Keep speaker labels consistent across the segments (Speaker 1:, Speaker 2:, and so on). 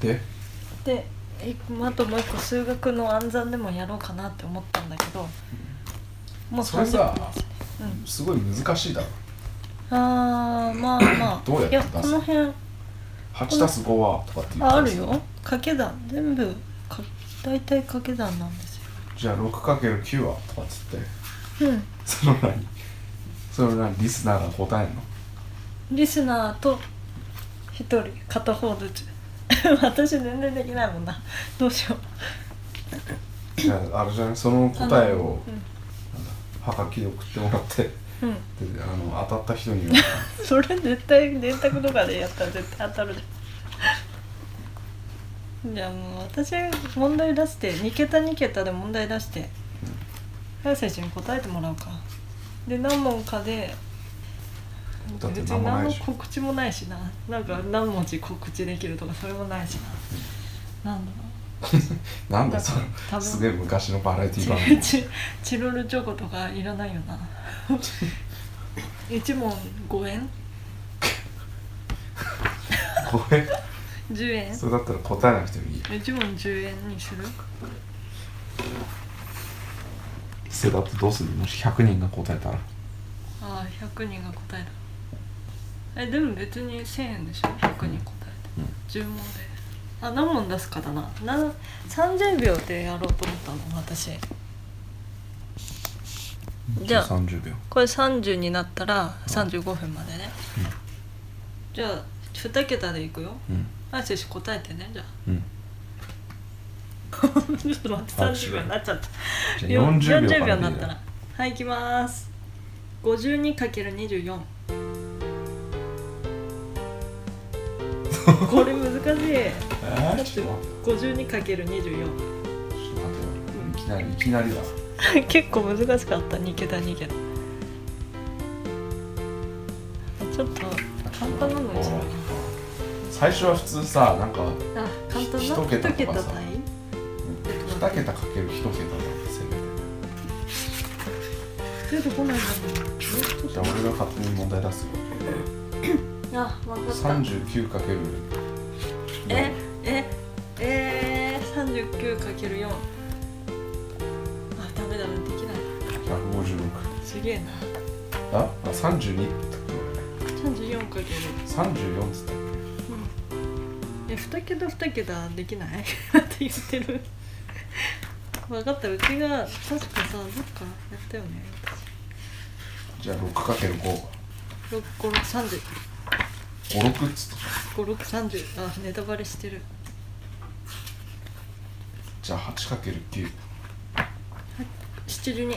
Speaker 1: で
Speaker 2: でえあともう一個数学の暗算でもやろうかなって思ったんだけどもう
Speaker 1: それさ
Speaker 2: うん
Speaker 1: すごい難しいだろ
Speaker 2: あーまあまあ
Speaker 1: どうやって
Speaker 2: いや
Speaker 1: 出す
Speaker 2: この辺
Speaker 1: 8たす5はとかって言っ
Speaker 2: あ
Speaker 1: た
Speaker 2: あ
Speaker 1: らさ
Speaker 2: るよ掛け算全部か大体掛け算なんです
Speaker 1: じゃあ 6×9 はとかっつって
Speaker 2: ようん
Speaker 1: その何その何リスナーが答えんの
Speaker 2: リスナーと一人片方ずつ 私全然できないもんなどうしよう
Speaker 1: じゃああれじゃないその答えを
Speaker 2: う
Speaker 1: はがきで送ってもらってで
Speaker 2: ん、うん、
Speaker 1: あの当たった人には
Speaker 2: それ絶対電卓とかでやったら絶対当たるじゃんじゃあもう私問題出して2桁2桁で問題出して早瀬選手に答えてもらうかで何問かで
Speaker 1: だって
Speaker 2: 別
Speaker 1: 何
Speaker 2: に
Speaker 1: もな
Speaker 2: 何
Speaker 1: い
Speaker 2: の
Speaker 1: でしょ
Speaker 2: 告知もないしななんか何文字告知できるとかそれもないしななんだろう
Speaker 1: なんだそ
Speaker 2: だから多
Speaker 1: れ
Speaker 2: 分
Speaker 1: すげえ昔のバラエティ番
Speaker 2: チ
Speaker 1: 組
Speaker 2: チチロルチョコとかいらないよな 1問5円
Speaker 1: これ
Speaker 2: 10円
Speaker 1: それだったら答えなくてもいい
Speaker 2: 1問10円にする
Speaker 1: それだってどうするもし100人が答えたら
Speaker 2: ああ100人が答えたえでも別に1000円でしょ100人答
Speaker 1: うん
Speaker 2: えた、10問であ何問出すかだなな30秒でやろうと思ったの私じゃあ
Speaker 1: 30秒
Speaker 2: これ30になったら35分までね、じゃあ2桁でいくよ
Speaker 1: うん
Speaker 2: あ選手答えてねじゃあ
Speaker 1: うん
Speaker 2: ちょっと待って30秒になっちゃった
Speaker 1: じゃあ40
Speaker 2: 40秒
Speaker 1: 秒から
Speaker 2: に
Speaker 1: で
Speaker 2: ないっ
Speaker 1: い
Speaker 2: たら
Speaker 1: な
Speaker 2: はい行きます 52×24 これ難しい
Speaker 1: え
Speaker 2: だ
Speaker 1: ー
Speaker 2: っ
Speaker 1: ち
Speaker 2: て
Speaker 1: ょっと待
Speaker 2: 52×24
Speaker 1: ってちょっと待っていきなりいきなりだ
Speaker 2: 結構難しかった2桁2桁ちょっと簡単なのにしよう
Speaker 1: 最初は普通さなんか
Speaker 2: あ簡単な
Speaker 1: 一桁
Speaker 2: 1桁
Speaker 1: とかさ
Speaker 2: 対
Speaker 1: 2桁かける1桁だせめて
Speaker 2: 出てこないんだもん
Speaker 1: じゃあ俺が勝手に問題出すよ
Speaker 2: あ分かった
Speaker 1: 39かける
Speaker 2: えええ三十九かける四。あダメだできない。
Speaker 1: 156
Speaker 2: すげえな。
Speaker 1: ああ32って
Speaker 2: 三十四かける。
Speaker 1: 34っつったっ
Speaker 2: うん。え二桁二桁できない？ って言ってる。分かったうちが確かさどっかやったよね。
Speaker 1: けじゃあ6かける5
Speaker 2: 六五六三十
Speaker 1: 56っつった
Speaker 2: 五六三十あネタバレしてる。
Speaker 1: じゃあ8かける9
Speaker 2: 七十二。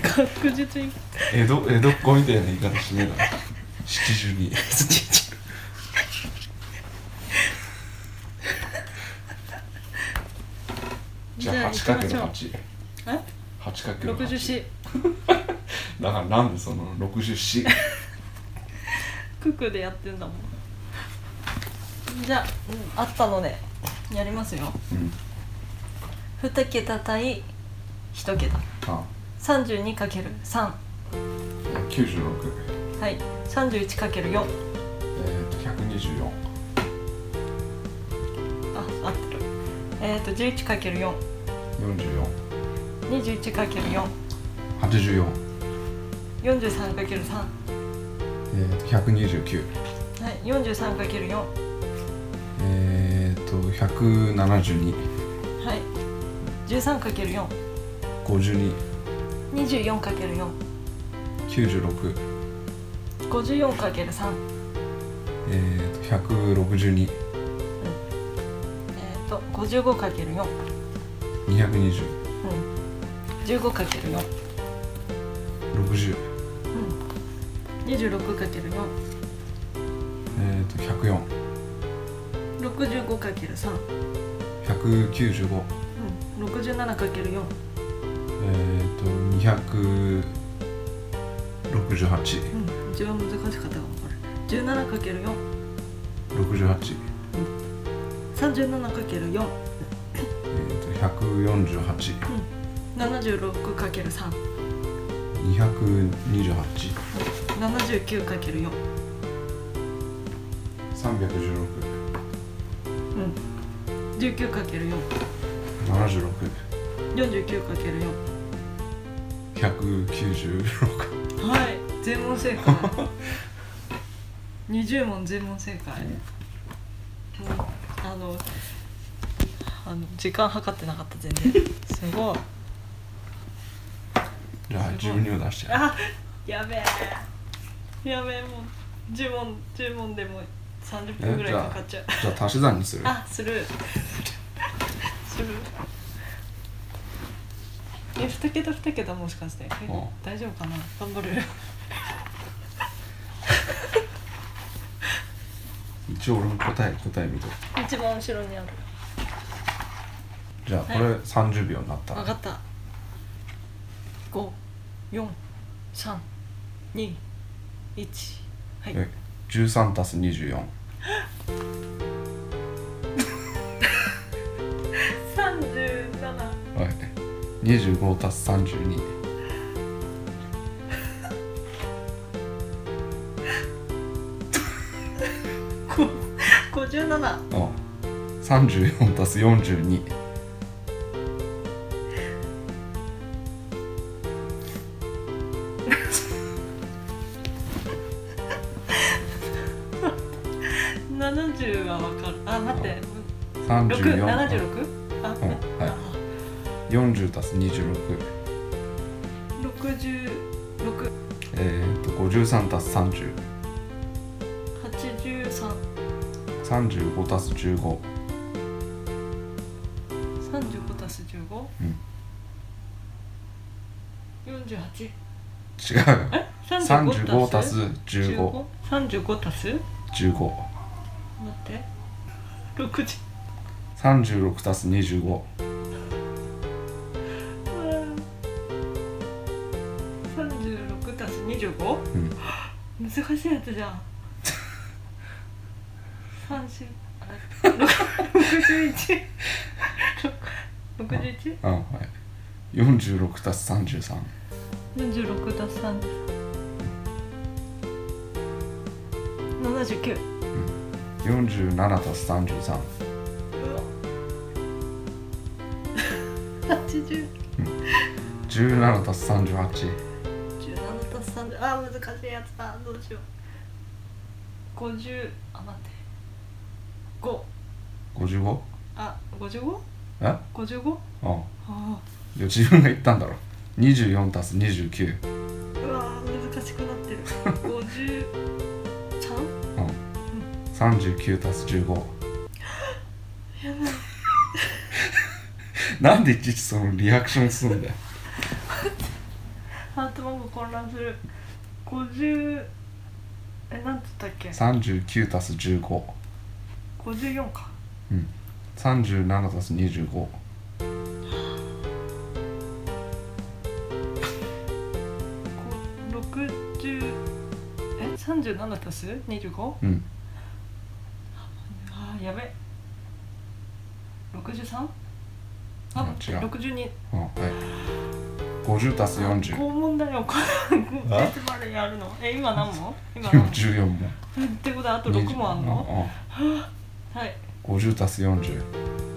Speaker 2: 確実に
Speaker 1: 江戸江戸っ子みたいな言い方しねえな72じゃあ8かける8
Speaker 2: え
Speaker 1: 8かける
Speaker 2: 六十
Speaker 1: 8
Speaker 2: 四。
Speaker 1: だからなんでその64
Speaker 2: クックでやってんだもんじゃあ、うん、あったのでやりますよ
Speaker 1: うん
Speaker 2: 2桁対1桁
Speaker 1: あ
Speaker 2: 32×3
Speaker 1: 96
Speaker 2: はい 31×4
Speaker 1: えー、と124
Speaker 2: あ合ってるえっ、ー、と 11×421×4
Speaker 1: 4484
Speaker 2: 43×3 は
Speaker 1: えー、と129
Speaker 2: い 43×4 は
Speaker 1: えー、と172
Speaker 2: い 13×4
Speaker 1: 52
Speaker 2: 24×4
Speaker 1: 96
Speaker 2: 54×3
Speaker 1: えー、と162
Speaker 2: えっ、ー、と 55×4
Speaker 1: 220
Speaker 2: うん 15×4
Speaker 1: 60
Speaker 2: 二十六かける
Speaker 1: えー、と104
Speaker 2: 四、六十五かける三、
Speaker 1: 195
Speaker 2: うん、六十七かける四、
Speaker 1: えー、と268
Speaker 2: うん、一番難しかったかもこれ。十七かける四、
Speaker 1: 68
Speaker 2: 三十七かける四、
Speaker 1: えー、と148
Speaker 2: 七十六かける三、
Speaker 1: 228
Speaker 2: 七十九かける四、
Speaker 1: 31676
Speaker 2: うん。19かける4。49かける
Speaker 1: 196
Speaker 2: 4。はい。全問正解。20問全問正解。もうあのあの時間計ってなかった全然。すごい。
Speaker 1: じゃあ自分にも出してや
Speaker 2: あやべえやべえもう10問10問でも30分ぐらいかかっちゃう
Speaker 1: じゃあ足し算にする
Speaker 2: あするするえ二桁二桁もしかしてえ
Speaker 1: うん
Speaker 2: 大丈夫かな頑張る
Speaker 1: 一応俺も答え答え見とく
Speaker 2: 一番後ろにある
Speaker 1: じゃあこれ
Speaker 2: は
Speaker 1: 30秒になった
Speaker 2: 分かった五四三二一はい
Speaker 1: え13足す24
Speaker 2: 三十七
Speaker 1: はい25足す32
Speaker 2: 五十七
Speaker 1: うん34足す42
Speaker 2: 七十は分かるあ待って六
Speaker 1: 34
Speaker 2: 七十六あ、
Speaker 1: うんはい40足す26
Speaker 2: 六十六
Speaker 1: えー、っと53足す3035
Speaker 2: 八十三
Speaker 1: 足す15
Speaker 2: 三十五足す十五
Speaker 1: うん
Speaker 2: 四十八
Speaker 1: 違うよ
Speaker 2: え三十
Speaker 1: 35
Speaker 2: 五足
Speaker 1: 足す
Speaker 2: す
Speaker 1: 1515
Speaker 2: 三十五足す待って六十
Speaker 1: 36足す25
Speaker 2: 三十六足す二十五
Speaker 1: ん
Speaker 2: 難しいやつじゃん三十六十一六十一
Speaker 1: うんはい46足す33
Speaker 2: 46たす3七十九。
Speaker 1: 47足す33
Speaker 2: 八
Speaker 1: 17足
Speaker 2: 十。
Speaker 1: す38
Speaker 2: 十七たす三十。あー難しいやつだ。どうしよう。五十。あ待って。五。
Speaker 1: 55?
Speaker 2: あ五十五？
Speaker 1: え
Speaker 2: 五十五？
Speaker 1: うん
Speaker 2: あ
Speaker 1: いや自分が言ったんだろ24足す29
Speaker 2: あ。うわー難しくなってる。 五十。三？
Speaker 1: うん39足す15
Speaker 2: やばい。
Speaker 1: なんでいちいちそのリアクションするんだよ
Speaker 2: 頭が混乱する。五十。えなんつったっけ？
Speaker 1: 39足す15
Speaker 2: 五十四か。
Speaker 1: うん37足す25
Speaker 2: 六十え三十七足す二十五？
Speaker 1: うん
Speaker 2: あーやべ。六十三？
Speaker 1: あ
Speaker 2: あ待って
Speaker 1: 違う
Speaker 2: 六十二。
Speaker 1: うんはい50足す40
Speaker 2: 拷問だよこれ。い
Speaker 1: あ
Speaker 2: つまでやるの？ え今何問？今何問？
Speaker 1: 44も
Speaker 2: ってことはあと六問あんの？はい。
Speaker 1: 50足す40
Speaker 2: い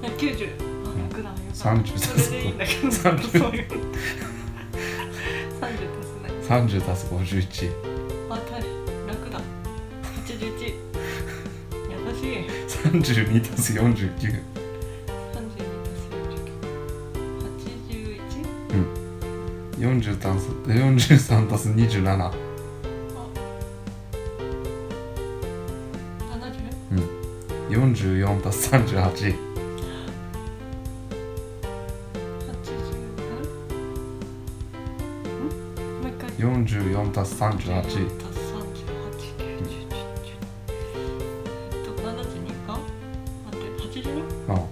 Speaker 2: や九十。あ
Speaker 1: ん
Speaker 2: 楽だよかっ
Speaker 1: 30
Speaker 2: た。それでいいんだけど。そう
Speaker 1: 30
Speaker 2: いう。三十足すね。
Speaker 1: 30足す51
Speaker 2: あ大変楽だ。八十一。優しい。
Speaker 1: 32足す49
Speaker 2: 三十二足す四十九。八十一。
Speaker 1: 40足す43足す27
Speaker 2: 70?
Speaker 1: 44足す38
Speaker 2: 80? んもう一回
Speaker 1: 44足す38
Speaker 2: 38えっと72か待って 82?
Speaker 1: うんはい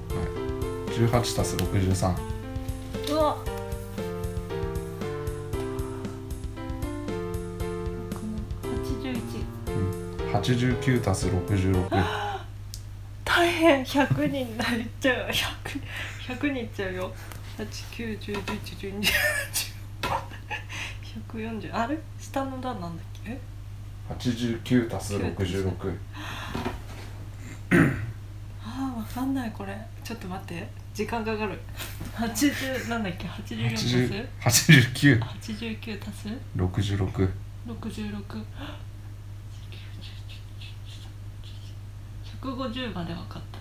Speaker 1: 18足す63
Speaker 2: うわっ81
Speaker 1: 89足す66
Speaker 2: 大変100人になっちゃう100 100人いっちゃうよ891011214あれ下の段なんだっけえ
Speaker 1: 89足す66
Speaker 2: ああわかんないこれちょっと待って時間かかる80なんだっけ84足す
Speaker 1: 80 89
Speaker 2: 89足す
Speaker 1: 66
Speaker 2: 66 150まで分かった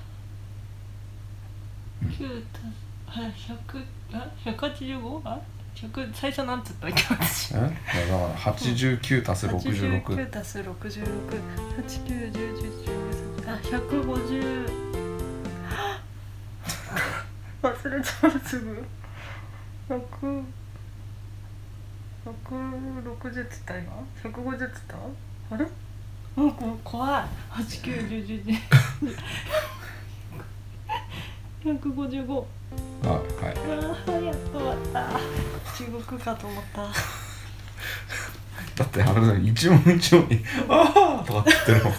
Speaker 2: 9足すあ100あ 185? あ100最初なんつったっけ私
Speaker 1: えだから89足す66
Speaker 2: 89足す66891011あ150はっ忘れちゃうすぐ100 160つった今150つったあれもうこ怖い89101 155
Speaker 1: あはい
Speaker 2: あーやっと終わった中国かと思った
Speaker 1: だってあれだよ一問一問に 「ああ!」とかって言ってるもん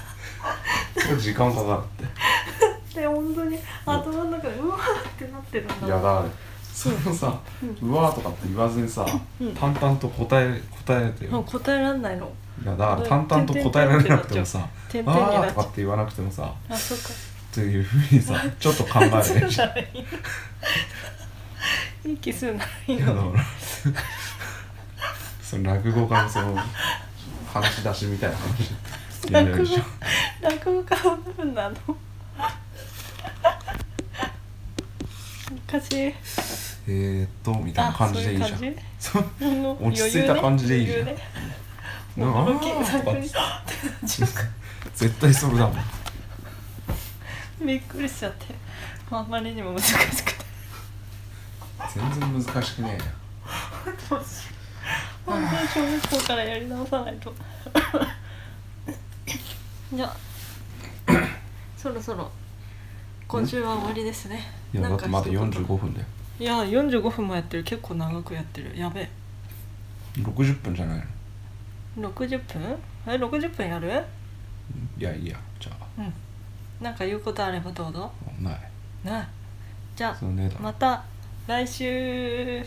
Speaker 1: それ時間かかるっ
Speaker 2: で本当に頭の中でうわーってなってるんだ
Speaker 1: ていやだからそれもさ「うわ」とかって言わずにさ
Speaker 2: うん
Speaker 1: 淡々と答え答えて
Speaker 2: もう
Speaker 1: よ
Speaker 2: 答えらんないの
Speaker 1: いやだから淡々と答えられなくてもさ「
Speaker 2: 点々に
Speaker 1: ああ」
Speaker 2: な
Speaker 1: と
Speaker 2: っちゃ
Speaker 1: か
Speaker 2: う
Speaker 1: って言わなくてもさ
Speaker 2: あそうか
Speaker 1: というふうにさちょっと考え
Speaker 2: そ
Speaker 1: る
Speaker 2: う
Speaker 1: ね
Speaker 2: じゃないいい気するない
Speaker 1: いやだか
Speaker 2: の
Speaker 1: らその落語家のその話し出しみたいな話いやいや
Speaker 2: 落語落語家の部分なの昔
Speaker 1: えーっとみたいな
Speaker 2: あ
Speaker 1: 感
Speaker 2: そう
Speaker 1: じで
Speaker 2: い
Speaker 1: いういじゃ
Speaker 2: 感
Speaker 1: ん
Speaker 2: じ
Speaker 1: そう
Speaker 2: もう
Speaker 1: 落ち着いた感じでいいじゃん
Speaker 2: 余裕ね
Speaker 1: なんかあ
Speaker 2: 驚き
Speaker 1: ーと
Speaker 2: 逆
Speaker 1: か
Speaker 2: に
Speaker 1: 絶対それだもん
Speaker 2: びっくりしちゃってあんまりにも難しくて
Speaker 1: 全然難しくね
Speaker 2: 本当に小学校からやり直さない とじゃあそろそろ今週は終わりですね
Speaker 1: えよいやだってまだ
Speaker 2: なんか一
Speaker 1: 45分だよ
Speaker 2: 言いや45分もやってる結構長くやってるやべえ
Speaker 1: 60分じゃないの
Speaker 2: 60分え60分やる
Speaker 1: いやいいやじゃあ
Speaker 2: うんなんか言うことあればどうぞ
Speaker 1: もうない
Speaker 2: なあじゃ
Speaker 1: そうねえだ
Speaker 2: あ
Speaker 1: ろ
Speaker 2: また来週